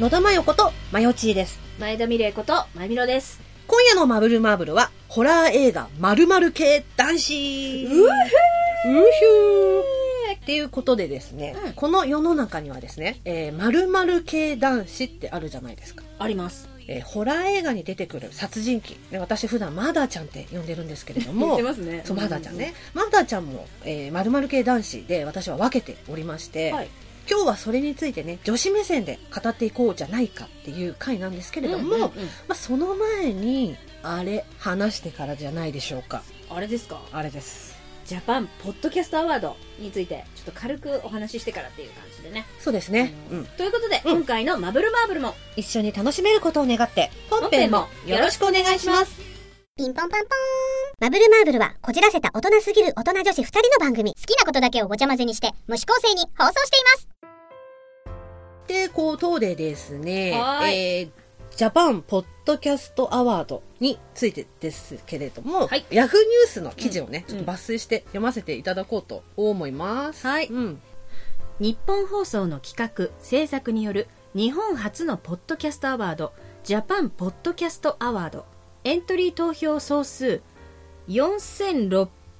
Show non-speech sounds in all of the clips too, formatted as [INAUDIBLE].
野田真代子とまよちーです。前田美玲子とまみろです。今夜のマブルマーブルは、ホラー映画〇〇系男子うふーうひゅーっていうことでですね、うんこの世の中にはですね、えー、〇〇系男子ってあるじゃないですか。あります。えーホラー映画に出てくる殺人鬼。ね私普段マーダーちゃんって呼んでるんですけれど [LAUGHS] も、ますねそうマーダーちゃんね。マーダーちゃんも、えー、〇〇系男子で私は分けておりまして、はい今日はそれについてね、女子目線で語っていこうじゃないかっていう回なんですけうんれうんどうん。も、まあ、その前に、あれ、話してからじゃないでしょうか。あれですかあれです。ジャパンポッドキャストアワードについてちょっと軽くお話ししてからっていう感じでね。そうですね。あうのん。ということで、うん今回のマブルマーブルも一緒に楽しめることを願って、本本編編ももよよろろししくくおお願願いいししま。ますピンポンパンポーン。マブルマーブルは、こじらせた大人すぎる大人女子二人の番組。好きなことだけをごちゃ混ぜにして、無視構成に放送しています。で、こう、東でですね、はーいえージャパンポッドキャストアワードについてですけれども、はいヤフーニュースの記事をね、うんちょっと抜粋して読ませていただこうと思います。はいうん。日本放送の企画制作による日本初のポッドキャストアワードジャパンポッドキャストアワードエントリー投票総数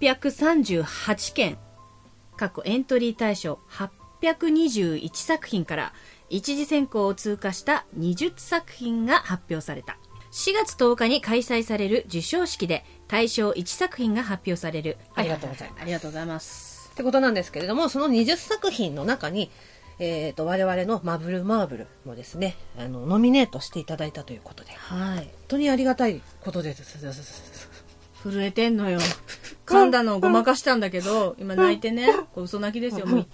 4638件過去エントリー対象821作品から一次選考を通過した20作品が発表された4月10日に開催される授賞式で大賞1作品が発表されるありがとうございますありがとうございますってことなんですけれども、その20作品の中に、えっ、と、我々のマブルマーブルもですね、あの、ノミネートしていただいたということで、本はい当にありがたいことです。 [LAUGHS] 震えてんのよ噛んだのをごまかしたんだけど今泣いてねこう嘘泣きですよもう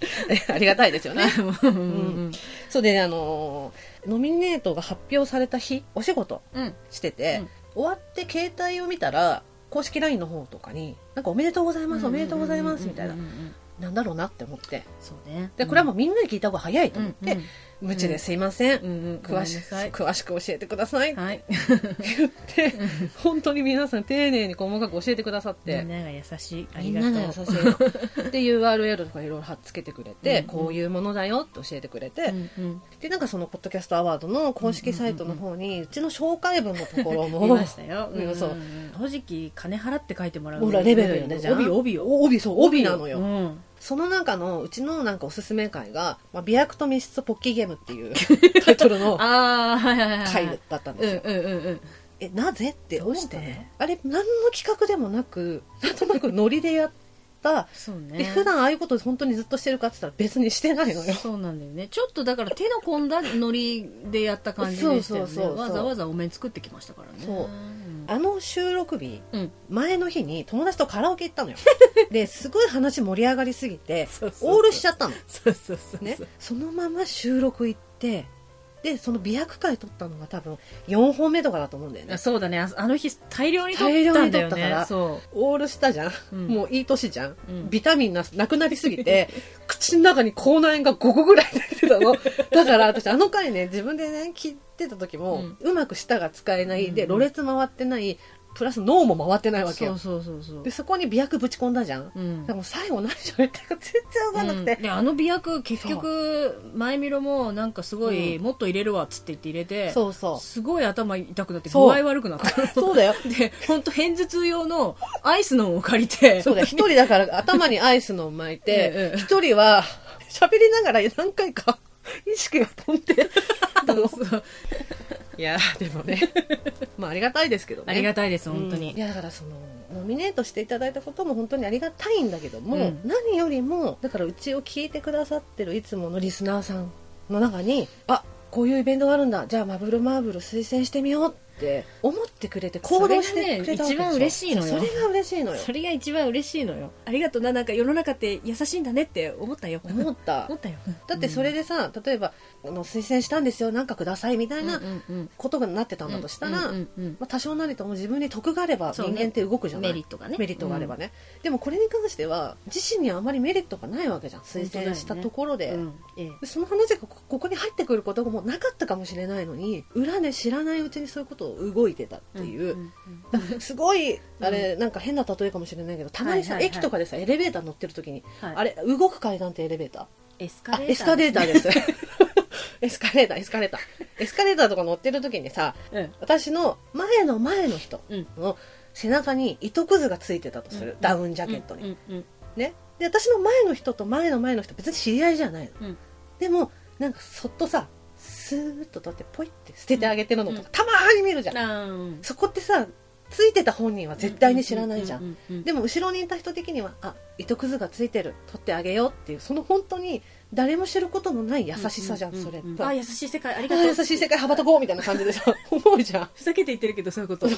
ありがたいですよね。 [LAUGHS] うんそうでね、あのーノミネートが発表された日、お仕事うんしてて、終わって携帯を見たら、公式 LINE の方とかに、なんかおめでとうございます、おめでとうございます、みたいなうんう。んうんなんだろうなって思って。そうねで、これはもうみんなに聞いた方が早いと思って、うん無知ですいません。うんうんごめ詳んなしく、さい詳しく教えてくださいってはい言って、本当に皆さん丁寧に細かく教えてくださっみてん。なが優しいあみりんがなとうが優しい。で、URL とかいろいろ貼っつけてくれて、うんうんこういうものだよって教えてくれて、うんうんでなんかそのポッドキャストアワードの公式サイトの方にうちの紹介文のところも見ましたようんそう正直金払って書いてもらうほらレベルよねじゃん帯帯よお帯そう帯なのよ、うんその中のうちのなんかおすすめ会が「まあ、美薬と密室とポッキーゲーム」っていうタイトルの [LAUGHS] ああはいはいはいはい会だったんうですんうんよ、うんうんえなぜって思ったどうしねてあれ何の企画でもな [LAUGHS] くなんとなくノリでやったそうねで [LAUGHS] 普段ああいうこと本当にずっとしてるかって言ったら別にしてないのよそうなんだよねちょっとだから手の込んだノリでやった感じでしたよそうそうそうそねうわざわざお面作ってきましたからねそうんあの収録日、うん前の日に友達とカラオケ行った [LAUGHS] のよですごい話盛り上がりすぎてそうそうそうオールしちゃったの、そうそうそうねね、そのまま収録行ってでその美薬会撮ったのが多分4本目とかだと思うんだよねあそうだねああの日大量に撮っ大量たにんだ撮っよたかねらそオールしたじゃん、うんもういい年じゃん、うんビタミンななくなりすぎて [LAUGHS] 口の中に口内炎が5個ぐらい出てた [LAUGHS] のだから私あの回ね自分でね聞いてた時も、うまく舌が使えないでうんうろんれつ回ってないプラス脳も回ってないうわけそようそうそうそうでそこに美薬ぶち込んだじゃん、うんでもう最後何喋ったか全然分かんなくて、うんであの美薬結局前見ろもなんかすごい、うもっと入れるわっつって言って入れてそうそうすごい頭痛くなって具そう合悪くなった [LAUGHS] そうだよで本当片頭痛用のアイスのを借りてそうだよ一人だから頭にアイスのを巻いえてえ一人は喋りながら何回か意識が飛んでたの [LAUGHS] そういやでもね [LAUGHS] まあありがたいですけどねありがたたいです本当に、いやだからそのノミネートしていただいたことも本当にありがたいんだけども、うん何よりもだからうちを聞いてくださってるいつものリスナーさんの中にあこういうイベントがあるんだじゃあマブルマーブル推薦してみようって思ってくれて行動してくれたわけでしょそれがね一番嬉しいのよそうそれが嬉しいのよそれが一番嬉しいのよありがとうななんか世の中って優しいんだねって思ったよ思った思ったよだってそれでさ、例えばあの推薦したんですよなんかくださいみたいなことになってたんだとしたら、まあ、多少なりとも自分に得があれば人そうね間って動くじゃない、メリットがねメリットがあればね、でもこれに関しては自身にはあまりメリットがないわけじゃん推薦したところで、でその話がこここに入ってくることがもうなかったかもしれないのに裏で知らないうちにそういうことを動いてたっていう、すごいあれなんか変な例えかもしれないけどたまにさ、はいはいはい駅とかでさエレベーター乗ってる時に、はいあれ動く階段ってエレベーターエスカあレーターエスカレーターです [LAUGHS] エスカレーターエスカレーターエスカレーターとか乗ってる時にさうん私の前の前の人うんの背中に糸くずがついてたとする、うんダウンジャケットに、うんうんねで私の前の人と前の前の人別に知り合いじゃないの、うんでもなんかそっとさスーッとだってポイって捨ててあげてるのとか、うんたまーに見るじゃん、あーそこってさついてた本人は絶対に知らないじゃん,、ううううでも後ろにいた人的にはあ糸くずがついてる取ってあげようっていうその本当に誰も知ることのない優しさじゃん、うううそれって、うあ優しい世界ありがあとう優しい世界羽ばたこうみたいな感じで [LAUGHS] さ思うじゃんふざけて言ってるけどそういうこと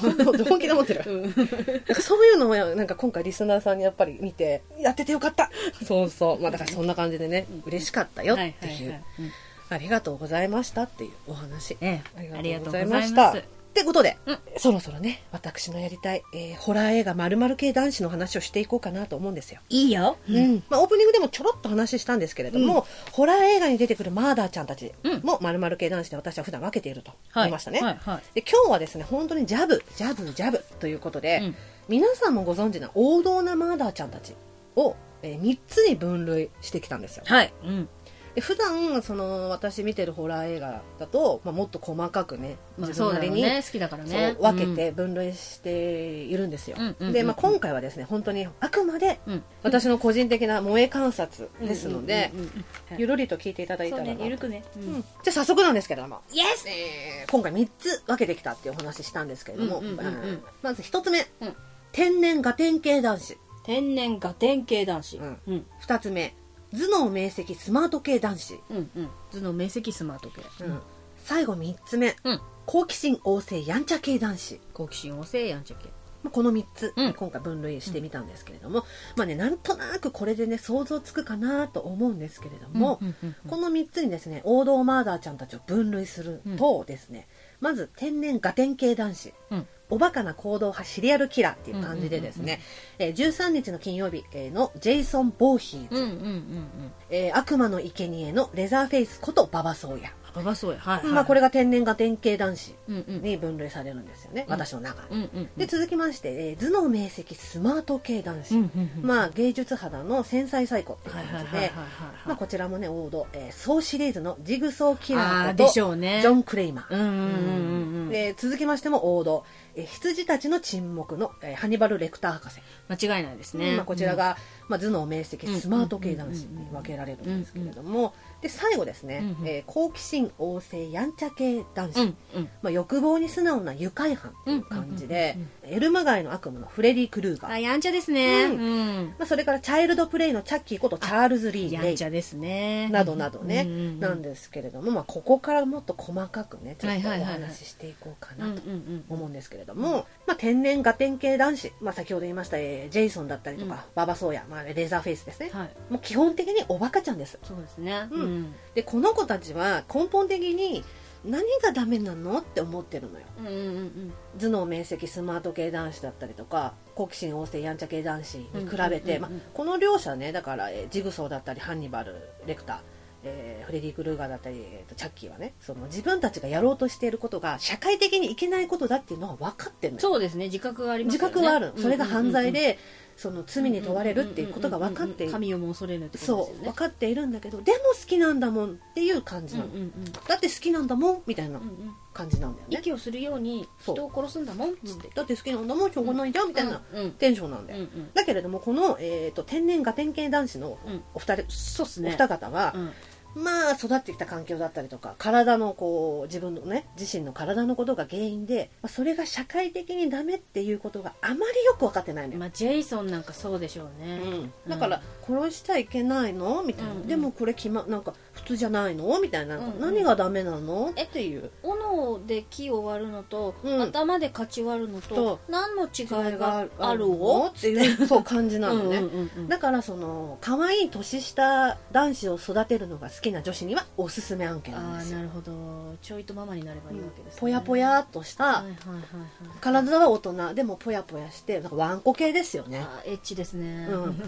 本気で思 [LAUGHS] ってるうんなんかそういうのもなんか今回リスナーさんにやっぱり見てやっててよかったそうそうまあだからそんな感じでねうん嬉しかったよってはいいはいはういうんありがとうございましたっていうお話ええあありりががととううごござざいいまましたしたってことで、うんそろそろね私のやりたい、えーホラー映画まる系男子の話をしていこうかなと思うんですよいいようんまあ、オープニングでもちょろっと話したんですけれども、ホラー映画に出てくるマーダーちゃんたちもまる系男子で私は普段分けているとは言いいましたね、はいはいで今日はですね本当にジャブジャブジャブということで、うん皆さんもご存知な王道なマーダーちゃんたちを、え3つに分類してきたんですよはいうんで普段その私見てるホラー映画だと、まあ、もっと細かくねまあ自そ分うなだりよに、ね好きだからねそう分けて分類しているんですよ、うんうんうんうんで、まあ、今回はですね本当にあくまでうんうん私の個人的な萌え観察ですので、うんうんうんうんはいゆるりと聞いていただいたそうらなねゆるくねううんんじゃあ早速なんですけれども、イエスえー今回3つ分けてきたっていうお話ししたんですけれども、うんうんうんううんんまず1つ目、うん天然ガテン系男子天然ガテン系男子うんうん2つ目頭脳明晰スマート系男子、うんうん頭脳明晰スマート系うん最後3つ目、うん好奇心旺盛やんちゃ系男子好奇心旺盛やんちゃ系まあこの3つ、うん今回分類してみたんですけれども、まあね、なんとなくこれでね想像つくかなと思うんですけれども、うんうんうんこの3つにですね王道マーダーちゃんたちを分類するとですね、まず天然ガテン系男子、うんおバカな行動派シリアルキラーっていう感じでですね、えー13日の金曜日えーのジェイソン・ボーヒーズ、うんうんうんうんえー悪魔の生贄のレザーフェイスことババソーヤ、あババそうやはいはいまあ、これが天然ガテン系男子うんうんに分類されるんですよね、ん私の中で。うんうんうんで続きまして、えー頭脳明晰スマート系男子、うんうんうんまあ、芸術肌の繊細サイコっていうはい感はいじはいはいではいまあこちらもね王道、えー、総シリーズのジグソーキあラーーでことしょうねジョン・クレイマー、うんうんうんうんうんで続きましても王道、えー羊たちの沈黙の、えーハニバル・レクター博士、間違いないですねまあ、こちらが、まあ、頭脳明晰うんスマート系男子に分けられるんですけれどもで最後ですね、うんうんえー好奇心旺盛やんちゃ系男子、うんうんまあ、欲望に素直な愉快犯っていう感じで、エルマ街の悪夢のフレディ・クルーガーあやんちゃですねうんうんまあ、それからチャイルドプレイのチャッキーことチャールズ・リー・やレんイちゃですねなどなどね、うんうんうんなんですけれども、まあ、ここからもっと細かくねちょっとおはいはいはいはい話ししていこうかうんうんなとうん思うんですけれども、まあ、天然ガテン系男子、まあ、先ほど言いました、えージェイソンだったりとか、うんババソーヤ、まあ、レーザーフェイスですね、はいもう基本的におバカちゃんですそうですねうんでこの子たちは根本的に何がダメなのって思ってるのようんうんうん頭脳明晰スマート系男子だったりとか好奇心旺盛やんちゃ系男子に比べて、うんうんうんうんまあ、この両者ねだから、えージグソーだったりハンニバルレクター、えーフレディ・クルーガーだったり、えーとチャッキーはねその自分たちがやろうとしていることが社会的にいけないことだっていうのは分かってるのよそうですね自覚があります自よね覚はある、うんそれが犯罪うんうんうんでその罪に問われるっていうことが分かっている、神をも恐れぬってことですそようね分かっているんだけどでも好きなんだもんっていう感じなの、うんうんだって好きなんだもんみたいなうんうんうん感じなんだよね、息をするようにそう人を殺すんだもんっつってだって好きなんだもんしょうがないじゃんみたいなうんうんテンションなんだよ、うんうんだけれどもこの、えー、と天然ガテン系男子のうんお二人、そうっすねお二方はう、んまあ育ってきた環境だったりとか体のこう自分のね自身の体のことが原因で、まあ、それが社会的にダメっていうことがあまりよく分かってないのよ、まあジェイソンなんかそうでしょうねうん、だから殺しちゃいけないのみたいな、うんうんでもこれ決まなんか普通じゃないのみたいな、うんうん何がダメなのっていう斧で木を割るのと、うん頭で勝ち割るのとと何の違違いいががああるるをのっていうそう感じなのね、うんうんうんうんだからその可愛い年下男子を育てるのが好きな女子にはおすすめ案件なんあであすよなるほどちょいとママになればいいわけです、ね、ぽやぽやっとしはいたはいはいはい体は大人でもぽやぽやしてなんかワンコ系ですよね、あーエッチですね、うん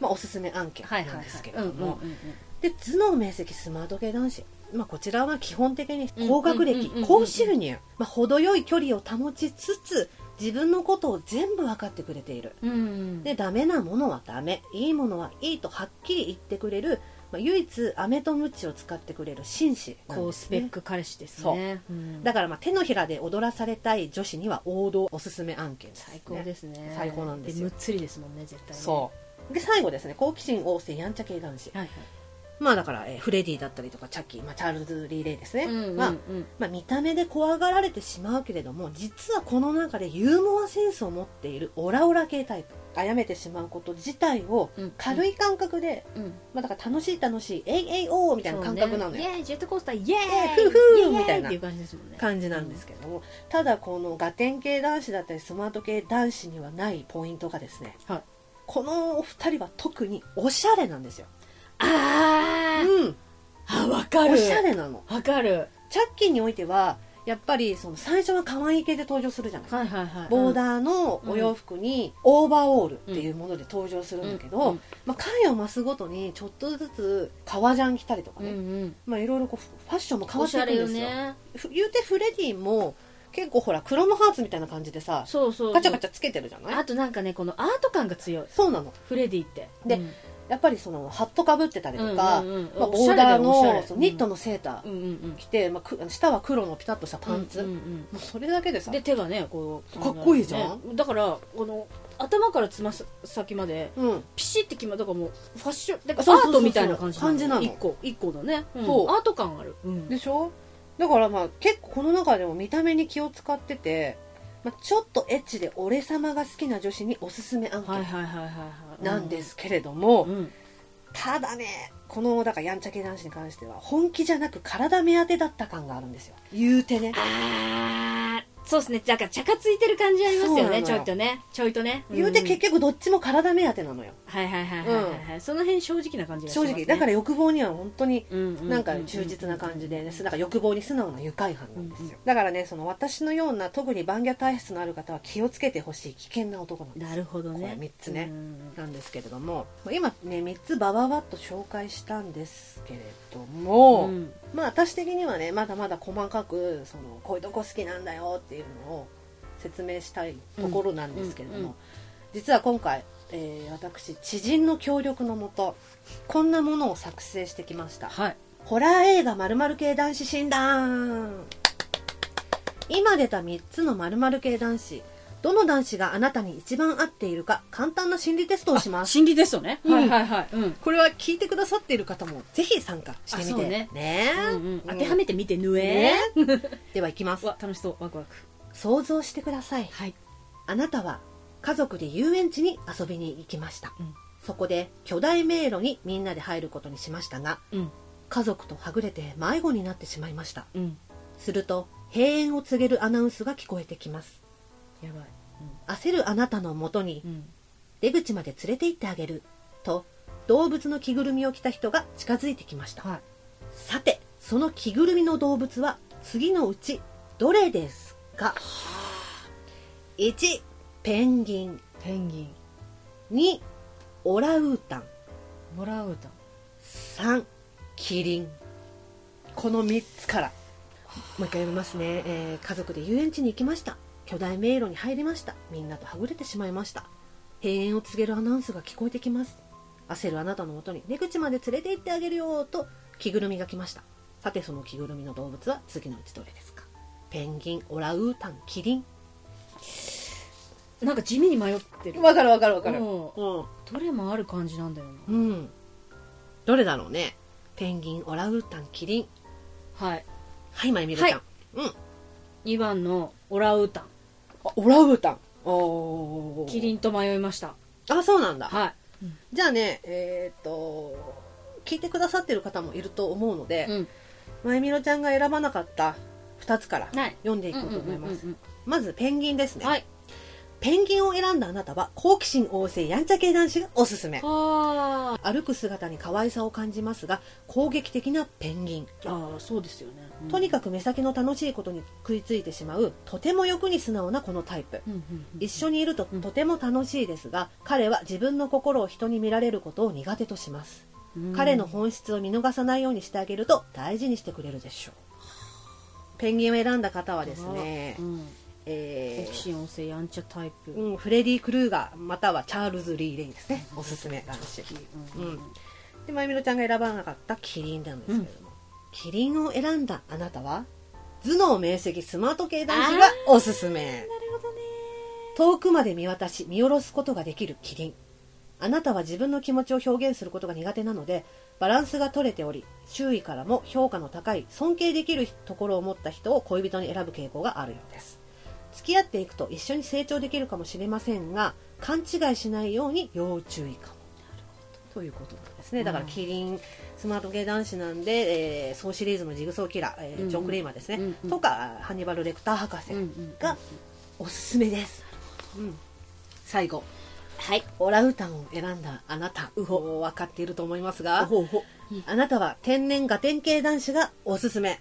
まあ、おすすめ案件はいはいなはんいですけれうんどうんうんうんもで頭脳明晰スマート系男子、まあ、こちらは基本的に高学うんうん歴うんうんうん高収入、まあ、程よい距離を保ちつつ自分のことを全部分かってくれているうんうんでダメなものはダメいいものはいいとはっきり言ってくれる、まあ、唯一飴と鞭を使ってくれる紳士なん高でスすペねック彼氏ですね。うんだからまあ手のひらで踊らされたい女子には王道おすすめ案件です、ね、最高ですね。最高なんですよむっつりですもんね、絶対ね。そうで最後ですね好奇心旺盛やんちゃ系男子う。はいまあだから、えーフレディだったりとかチャッキー、まあ、チャールズ・リー・レイですね、はい。うんうんまあうんまあ、見た目で怖がられてしまうけれども実はこの中でユーモアセンスを持っているオラオラ系タイプあやめてしまうこと自体をうん軽い感覚で、うんまあ、だから楽しい楽しいえいえいおーみたいな感覚なのそうよ、ねイエーイジェットコースターイエーイふうふうイエーイみたいなっていう感じですもんね感じなんですけども、ただこのガテン系男子だったりスマート系男子にはないポイントがですね、はいこのお二人は特におしゃれなんですよ、あうん、ーあわかるおしゃれなのわかるチャッキーにおいてはやっぱりその最初は可愛い系で登場するじゃないはいはいはいボーーダーのお洋服にオーバーオールっていうもので登場するんだけど、まあ、回を増すごとにちょっとずつ革ジャン着たりとかうんうね、んまあ、いろいろこうファッションも変わおってしいゃくれんでよすよねふ言うてフレディも結構ほらクロムハーツみたいな感じでさそうそうガチャガチチャつけてるじゃないあとなんかねこのアート感が強いそうなのフレディってでうんやっぱりそのハットかぶってたりとか、うんうんうんまあ、おボしーゃれだダーよおしゃれのそのニットのセータうーんうんうん着て、まあく、下は黒のピタッとしたパンツ、うんうんもうそれだけでうさんで手がねこうかっこいいじゃんねだからこの頭からつま先までうん、ピシって決まったからもうファッションなんかそうアそうそうそートうみたいな感じ感じなの一個一個のね、うんそうアート感ある、うんでしょだからまあ結構この中でも見た目に気を使ってて、まあ、ちょっとエッチで俺様が好きな女子におすすめ案はい件はいはいはいはいなんですけれども、うんただねこのだからやんちゃ系男子に関しては本気じゃなく体目当てだった感があるんですよ言うてね、あーそうですねだからちゃかついてる感じありますそうよなのねよちょいとねちょいとね言うてん結局どっちも体目当てなのよはいはいはいはいはい、はいその辺正直な感じがし正ます、ね、、直だからら欲望には本当にうううなんか忠実な感じでねなんか欲望に素直な愉快犯なんですよ、うんうだからねその私のような特に番ャ体質のある方は気をつけてほしい危険な男なんですよなるほどねこれ三つねうんうんなんですけれども今ね3つばばばっと紹介したんですけれども、うんまあ私的にはねまだまだ細かくそのこういうとこ好きなんだよっていうのを説明したいところなんですけれども、うんうんうん実は今回、えー私知人の協力のもとこんなものを作成してきましたはいホラー映画〇〇系男子診断今出た3つの〇〇系男子どの男子があなたに一番合っているか簡単な心理テストをします心理テストね、うんはいはいはい、うんこれは聞いてくださっている方もぜひ参加してみあそうてねえうんうん当てはめてみてぬえね、 [LAUGHS] ではいきますわ楽しそうワクワク想像してくださいはいあなたは家族で遊園地に遊びに行きました、うんそこで巨大迷路にみんなで入ることにしましたがうん家族とはぐれて迷子になってしまいましたうんすると閉園を告げるアナウンスが聞こえてきますやばい焦るあなたのもとにうんうん出口まで連れて行ってあげると動物の着ぐるみを着た人が近づいてきました、はいさてその着ぐるみの動物は次のうちどれですか1ペンギンペンギン2オランウータンオランウータン3キリンこの3つからもう一回読みますね、えー家族で遊園地に行きました巨大迷路に入りましたみんなとはぐれてしまいました閉園を告げるアナウンスが聞こえてきます焦るあなたのもとに出口まで連れて行ってあげるよと着ぐるみが来ましたさてその着ぐるみの動物は次のうちどれですかペンギンオランウータンキリンなんか地味に迷ってるかるわかるわうんうんどれもある感じなんだよなうんどれだろうねペンギンオランウータンキリンはいはいまゆみるちゃん、はいうん2番のオランウータンあオランウータンおーキリンと迷いましたあそうなんだはじゃあねえーっと聞いてくださってる方もいると思うのい、で、うん、まゆみろちゃんが選ばなかった2つからはい読んでいこうと思います、まずペンギンですね、はいペンギンを選んだあなたは好奇心旺盛やんちゃ系男子がおすすめあ歩く姿に可愛さを感じますが攻撃的なペンギンーあーそうですよね、うんとにかく目先の楽しいことに食いついてしまうとても欲に素直なこのタイプ、うんうんうん一緒にいるとうんとても楽しいですが、彼は自分の心を人に見られることを苦手とします、うん彼の本質を見逃さないようにしてあげると大事にしてくれるでしょうペンギンを選んだ方はですね、うんえ好奇ー心旺盛やんちゃタイプ、うんうん、フレディ・クルーガーまたはチャールズ・リー・レイですねおすすめ男子うんうんでまゆみろちゃんが選ばなかったキリンなんですけれども、キリンを選んだあなたは頭脳明晰スマート系男子がおすすめなるほどね遠くまで見渡し見下ろすことができるキリンあなたは自分の気持ちを表現することが苦手なのでバランスが取れており周囲からも評価の高い尊敬できるところを持った人を恋人に選ぶ傾向があるようです付き合っていくと一緒に成長できるかもしれませんが勘違いしないように要注意かもということなんですねだからうんキリン、スマート系男子なんで、えー、総シリーズのジグソーキラー、えーうんジョン・クリーマーですね、うんうんとかハニバル・レクター博士がおすすめです、うん、最後はいオランウータンを選んだあなたもう分かっていると思いますがほうほあなたは天然ガテン系男子がおすす [LAUGHS] め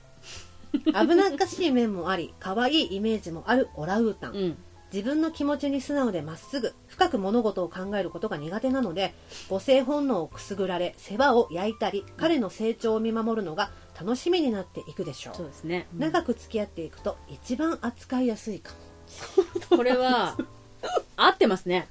危なっかしい面もあり可愛いイメージもあるオランウータン、うん自分の気持ちに素直でまっすぐ深く物事を考えることが苦手なので母性本能をくすぐられ世話を焼いたり彼の成長を見守るのが楽しみになっていくでしょそううですね長く付き合っていくと一番扱いやすいかもこれは合ってますね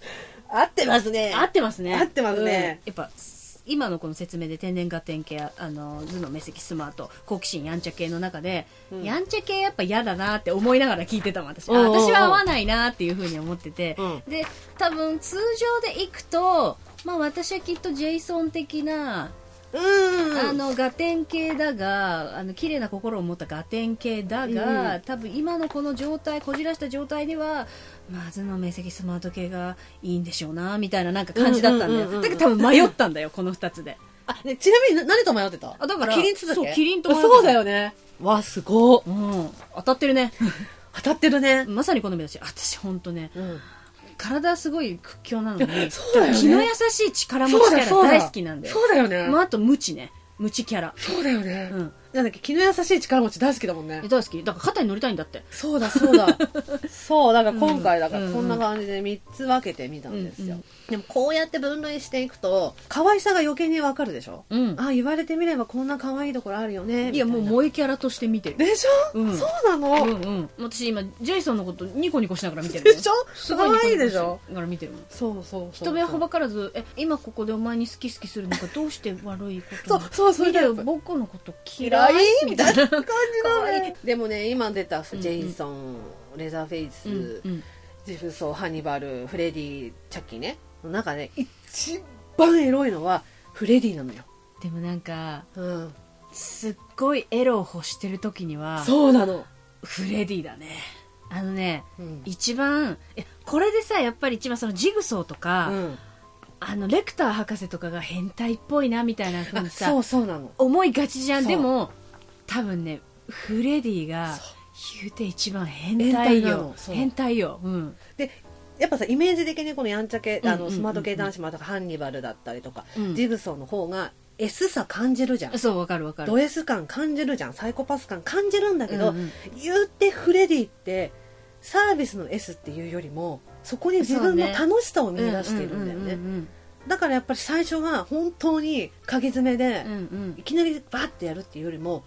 合ってますね合ってますね合ってますねうんやっぱす今のこの説明で天然ガテン系あの頭脳面積スマート好奇心やんちゃ系の中で、うんやんちゃ系やっぱ嫌だなって思いながら聞いてたもん私あおうおうおう私は合わないなっていうふうに思ってて、うで多分通常でいくとまあ私はきっとジェイソン的な、うんあのガテン系だがあの綺麗な心を持ったガテン系だが、うん多分今のこの状態こじらした状態ではまずの面積スマート系がいいんでしょうなみたいななんか感じだったんだうんうんうんうよんだから多分迷ったんだよこの2つであねちなみにな何と迷ってたあだからキリンっつったっけそうキリンと迷ってたそうだよねわすごいうん当たってるね当たってるね、 [LAUGHS] まさにこの目だし私本当ねうん、体すごい屈強なのにそうだよね気の優しい力持そうちキだャそうラだ大好きなんだよそうだよね、まあ、あと無知ね無知キャラそうだよね、うんなんだっけ気の優しい力持ち大好きだもんねえ大好きだから肩に乗りたいんだってそうだそうだ [LAUGHS] そうだから今う回んだからこんな感じで3つ分けてみたんですよ、うんでもこうやって分類していくと可愛さが余計に分かるでしょ、うんあ言われてみればこんな可愛いところあるよねいやもうう萌えキャラとして見てるでしょ、うんそうなの、うんうん、私今ジェイソンのことニコニコしながら見てるでしょすごい可ニコ愛ニいコでししなょがら見てるもんそうそうそう人目はばからず「え今ここでお前に好き好きするのかどうして悪いことそなうのそうそう見いうタてイよプ僕のこと嫌嫌いいみみたたいいなな感じ可なの愛よでもね今出たジェイソン、レザーフェイス、うんうんジフソーハニバルフレディチャッキーねの中で一番エロいのはフレディなのよ、でもなんかうん、すっごいエロを欲してる時にはそうなの、フレディだねあのねうん一番えこれでさやっぱり一番そのジグソーとか、うんあのレクター博士とかが変態っぽいなみたいな風あにさそうそうなの思いがちじゃんそうでも多分ねフレディがそ言うて一番変態変態なよのそう変態よ、うん、でやっぱさイメージ的にこのやんちゃ系あうんうんのうんうんスマート系男子もとかハンニバルだったりとか、うんジグソーの方が S さ感じるじゃんそうわかるわかるド S 感感じるじゃんサイコパス感感じるんだけど、うんうん言うてフレディってサービスの S っていうよりもそこに自分の楽しさを見出しているんだよねうんうんだからやっぱり最初は本当に鍵爪でうんうんうんいきなりバッてやるっていうよりも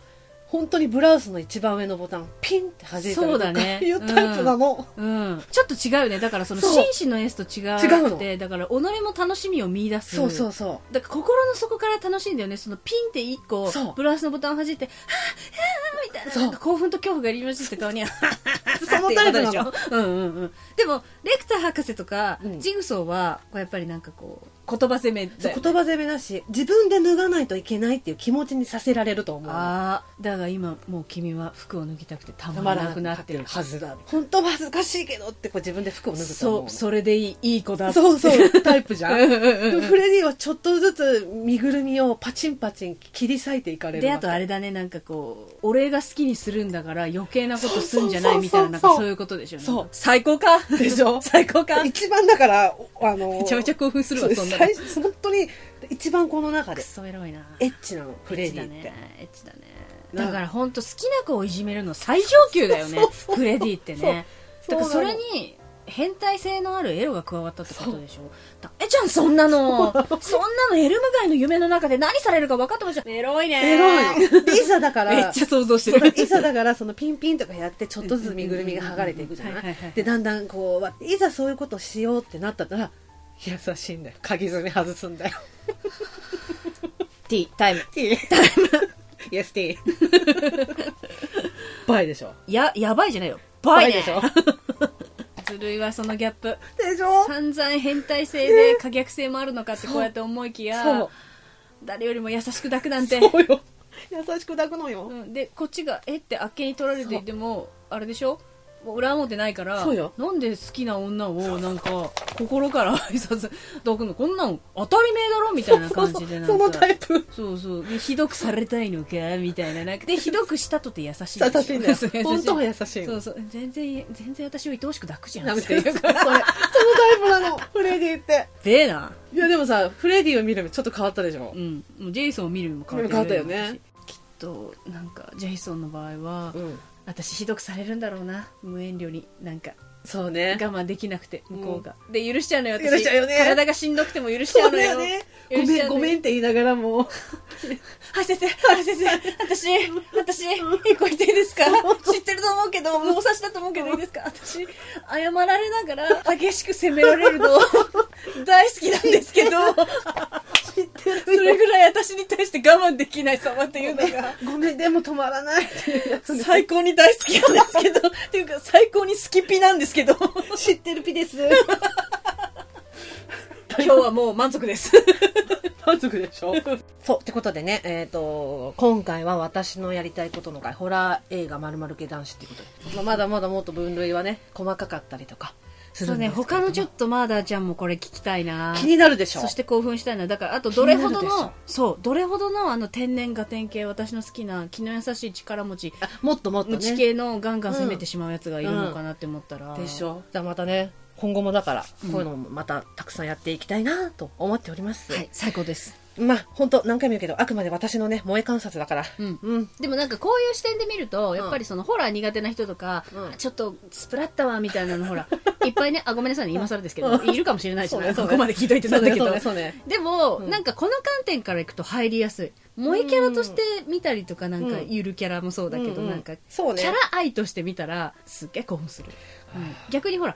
本当にブラウスの一番上のボタンピンって弾いたりとかそうだねいうタイプなの、うん、ちょっと違うよねだからそのそう紳士のエースと違う違うのでだから己も楽しみを見出すそうそうそうだから心の底から楽しいんだよねそのピンって一個そうブラウスのボタンを弾いて「はあはあ」みたいなそうなんか興奮と恐怖が入り混じっ [LAUGHS] て顔に「そのタイプなっていうのことでしょうんうんうんでもレクター博士とか、うんジグソーはこうやっぱりなんかこう言葉攻めそだうよ言葉攻めだし自分で脱がないといけないっていう気持ちにさせられると思うのああだが今もう君は服を脱ぎたくてたたままららななくくななっっててるるはずだ本当は恥ずかしいけどってこう自分で服を脱ぐと思うそのうそれでいいいい子だそうそうタイプじゃんうんうんうんでもフレディはちょっとずつ身ぐるみをパチンパチン切り裂いていかれる [LAUGHS] であとあれだねなんかこう俺が好きにするんだから余計なことすんじゃないみたいななんかそうそうそうそうそういうことでしょそう最高かでしょ最高かめ一番だからおあのちゃめちゃ興奮するそうでわそんすなの最初本当に一番この中クでソエロいなエッチなのフレディって、エッチだねエッチだなねんだから本当好きな子をいじめるの最上級だよねそうそうそうフレディってねだそうからそれに変態性のあるエロが加わったってことでしょダメじゃんそんなのそんなのエルム街の夢の中で何されるか分かってもじゃんエロいねエロいのでいざだからめっちゃ想像してそうるいざだからそのピンピンとかやってちょっとずつ身ぐるみが剥がれていくじゃうんうなんうんうんはいはいはいいでだんだんこうわいざそういうことしようってなったら優しいんだよ鍵爪外すんだよティータイム。 T タイム。イエス T バイでしょや、やばいじゃないよ。バイ、ね、でしょ [LAUGHS] ずるいわ、そのギャップ。でしょ散々変態性で可逆性もあるのかってこうやって思いきそやう、誰よりも優しく抱くなんて。そうよ優しく抱くのよ、うん、でこっちが「えっ?」てあっけに取られてそいうてもあれでしょもう裏表ないからそうよなんで好きな女をなんか心から [LAUGHS] 挨拶抱くのこんなん当たり前だろみたいな感じでなんかそうそうそうそのタイプそうそうでひどくされたいのかみたいななんかでひどくしたとて優しい優しいんだよ [LAUGHS] そう優しい本当は優しいそのうそう全然全然私を愛おしく抱くじゃなんめっててそれいうそのか [LAUGHS] タらイプなのフレディってでえないやでもさフレディを見る目ちょっと変わったでしょう、んもうジェイソンを見るにも変わって変わったよねきっとなんかジェイソンの場合は、うん私ひどくされるんだろうな無遠慮になんかそうね我慢できなくて向こうが、で許しちゃうのよ私許しちゃうよね体がしんどくても許しちそうゃうのだよよねご許しちめゃんうのごよめんって言いながら [LAUGHS] もはい先生はい先生私私一個言っていいですか知ってると思うけどもうお察しだと思うけどいいですか私謝られながら激しく責められ [LAUGHS] るの大好きなんですけど知ってそるれぐらい私に対して我慢できない様っていうのがごめんでも止まらないっていうやつね最高に大好きなんですけどっていうか最高に好きピなんですけど知ってるピです [LAUGHS] 今日はもう満足 [LAUGHS] です満足でしょ [LAUGHS] そうってことでね、えー、と今回は私のやりたいことの回ホラー映画まる系男子ってことで、まあ、まだまだもっと分類はね細かかったりとかすそるうんでねすけれども他のちょっとマーダーちゃんもこれ聞きたいな気になるでしょそして興奮したいなだからあとどれほど気になるのそうどれほどのあの天然ガテン系私の好きな気の優しい力持ちあもっともっと無知ね系のガンガン攻めてしまうやつがいるのかなって思ったら、でしょじゃあまたね今後もだから、こういうのもまたたくさんやっていきたいなと思っております、はい最高です、まあ本当何回も言うけどあくまで私のね萌え観察だからうんうんでもなんかこういう視点で見るとやっぱりそのホラー苦手な人とか、うんちょっとスプラッタわみたいなの [LAUGHS] ほらいっぱいねあごめんなさいね今更ですけどうんいるかもしれないじゃない、そうねそうこねこまで聞いといてなんだけど、そうねそうねでも、うんなんかこの観点からいくと入りやすい萌えキャラとして見たりとかなんかうんゆるキャラもそうだけど、うんうんなんかそうねキャラ愛として見たらすっげえ興奮する、逆にほら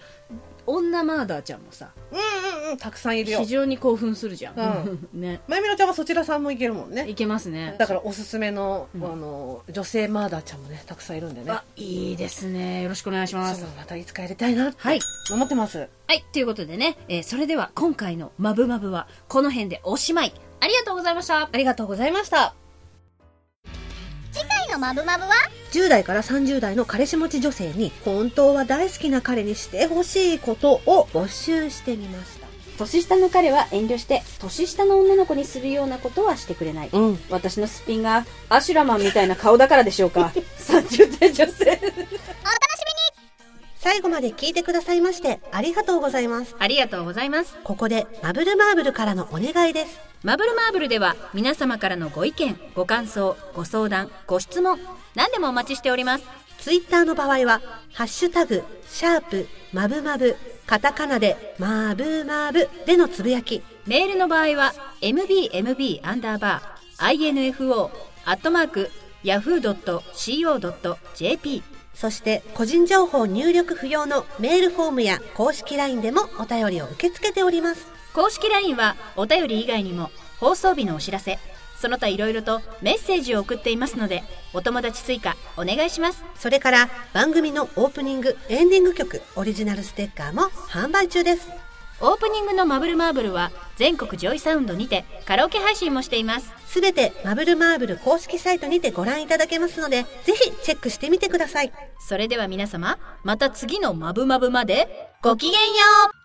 女マーダーちゃんもさうんうんうんたくさんいるよ非常に興奮するじゃん、 [LAUGHS] ねまゆみろちゃんはそちらさんもいけるもんねいけますねだからおすすめの,、うんあの女性マーダーちゃんもねたくさんいるんでねあいいですねよろしくお願いしまそうすまたいつかやりたいなってはい思ってます、はいということでね、えーそれでは今回の「まぶまぶ」はこの辺でおしまいありがとうございましたありがとうございました次回のマブマブは10代から30代の彼氏持ち女性に本当は大好きな彼にしてほしいことを募集してみました年下の彼は遠慮して年下の女の子にするようなことはしてくれないうん私のすっぴんがアシュラマンみたいな顔だからでしょう [LAUGHS] か30代女性最後まで聞いてくださいましてありがとうございますありがとうございますここでマブルマーブルからのお願いですマブルマーブルでは皆様からのご意見ご感想ご相談ご質問何でもお待ちしておりますツイッターの場合は、ハッシュタグ、シャープ、マブマブ、カタカナで、マブマブでのつぶやき、メールの場合は mbmb アンダーバー info アットマーク yahoo.co.jp そして個人情報入力不要のメールフォームや公式 LINE でもお便りを受け付けております。公式 LINE はお便り以外にも放送日のお知らせその他いろいろとメッセージを送っていますのでお友達追加お願いしますそれから番組のオープニング、エンディング曲、オリジナルステッカーも販売中です。オープニングの「マブルマーブル」は全国ジョイサウンドにてカラオケ配信もしていますすべてマブルマーブル公式サイトにてご覧いただけますので、ぜひチェックしてみてください。それでは皆様また次の「マブマブ」までごきげんよう